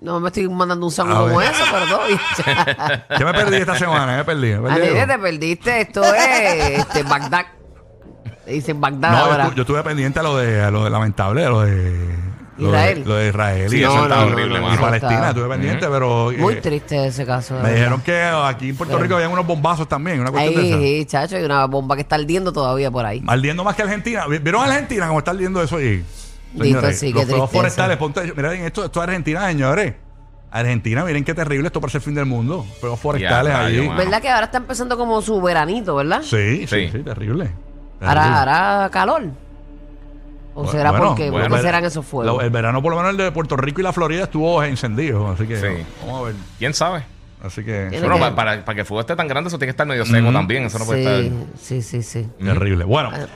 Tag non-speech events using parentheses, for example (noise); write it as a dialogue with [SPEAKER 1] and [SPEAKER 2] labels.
[SPEAKER 1] No me estoy mandando un saludo
[SPEAKER 2] A ver.
[SPEAKER 1] como eso, pero todo bien.
[SPEAKER 2] (laughs)
[SPEAKER 1] (laughs)
[SPEAKER 2] Yo me perdí esta semana, me perdí. me
[SPEAKER 1] Ah,
[SPEAKER 2] perdí
[SPEAKER 1] nene,
[SPEAKER 2] algo.
[SPEAKER 1] te perdiste. Esto es este, Bagdad. Te dicen Bagdad
[SPEAKER 2] No, yo,
[SPEAKER 1] ahora.
[SPEAKER 2] estu- yo estuve pendiente a lo de a lo de lamentable, a lo de lo
[SPEAKER 1] Israel.
[SPEAKER 2] de, lo de Israel
[SPEAKER 3] Sí,
[SPEAKER 2] y,
[SPEAKER 3] eso
[SPEAKER 2] eso
[SPEAKER 3] está
[SPEAKER 2] está-
[SPEAKER 3] horrible,
[SPEAKER 2] y
[SPEAKER 3] mano.
[SPEAKER 2] Palestina,
[SPEAKER 1] Está-
[SPEAKER 2] estuve pendiente, pero eh,
[SPEAKER 1] Muy triste ese caso. de
[SPEAKER 2] me
[SPEAKER 1] verdad.
[SPEAKER 2] dijeron que aquí en Puerto Rico había unos bombazos también, una cuestión de esas.
[SPEAKER 1] Ahí, sí, chacho, hay una bomba que está ardiendo todavía por ahí.
[SPEAKER 2] Ardiendo más que Argentina. ¿Vi- ¿Vieron Argentina cómo está ardiendo eso ahí?
[SPEAKER 1] Dito, sí, qué
[SPEAKER 2] los fuegos
[SPEAKER 1] tristeza.
[SPEAKER 2] forestales, ponte, miren esto, esto es Argentina, señores. Argentina, miren qué terrible esto parece el fin del mundo. Fuegos forestales
[SPEAKER 3] Ya,
[SPEAKER 2] ahí.
[SPEAKER 3] rayo, mano.
[SPEAKER 1] ¿Verdad que ahora está empezando como su veranito, verdad?
[SPEAKER 2] Sí, sí,
[SPEAKER 3] Sí.
[SPEAKER 2] sí, terrible. Terrible.
[SPEAKER 1] Ahora, ahora calor. ¿O
[SPEAKER 2] Bu-
[SPEAKER 1] será
[SPEAKER 2] bueno,
[SPEAKER 1] porque
[SPEAKER 3] bueno,
[SPEAKER 1] ¿por qué
[SPEAKER 2] el-
[SPEAKER 1] serán esos fuegos?
[SPEAKER 2] lo- el verano, por lo menos el de Puerto Rico y la Florida, estuvo encendido. Así que
[SPEAKER 3] Sí.
[SPEAKER 2] vamos a ver.
[SPEAKER 3] ¿Quién sabe?
[SPEAKER 2] Así que
[SPEAKER 1] Tiene
[SPEAKER 3] Bueno,
[SPEAKER 1] que-
[SPEAKER 3] pa- para, para que el fuego esté tan grande, eso tiene que estar medio seco también. Eso no puede
[SPEAKER 1] sí,
[SPEAKER 3] estar.
[SPEAKER 1] sí, sí, sí.
[SPEAKER 2] terrible. Bueno,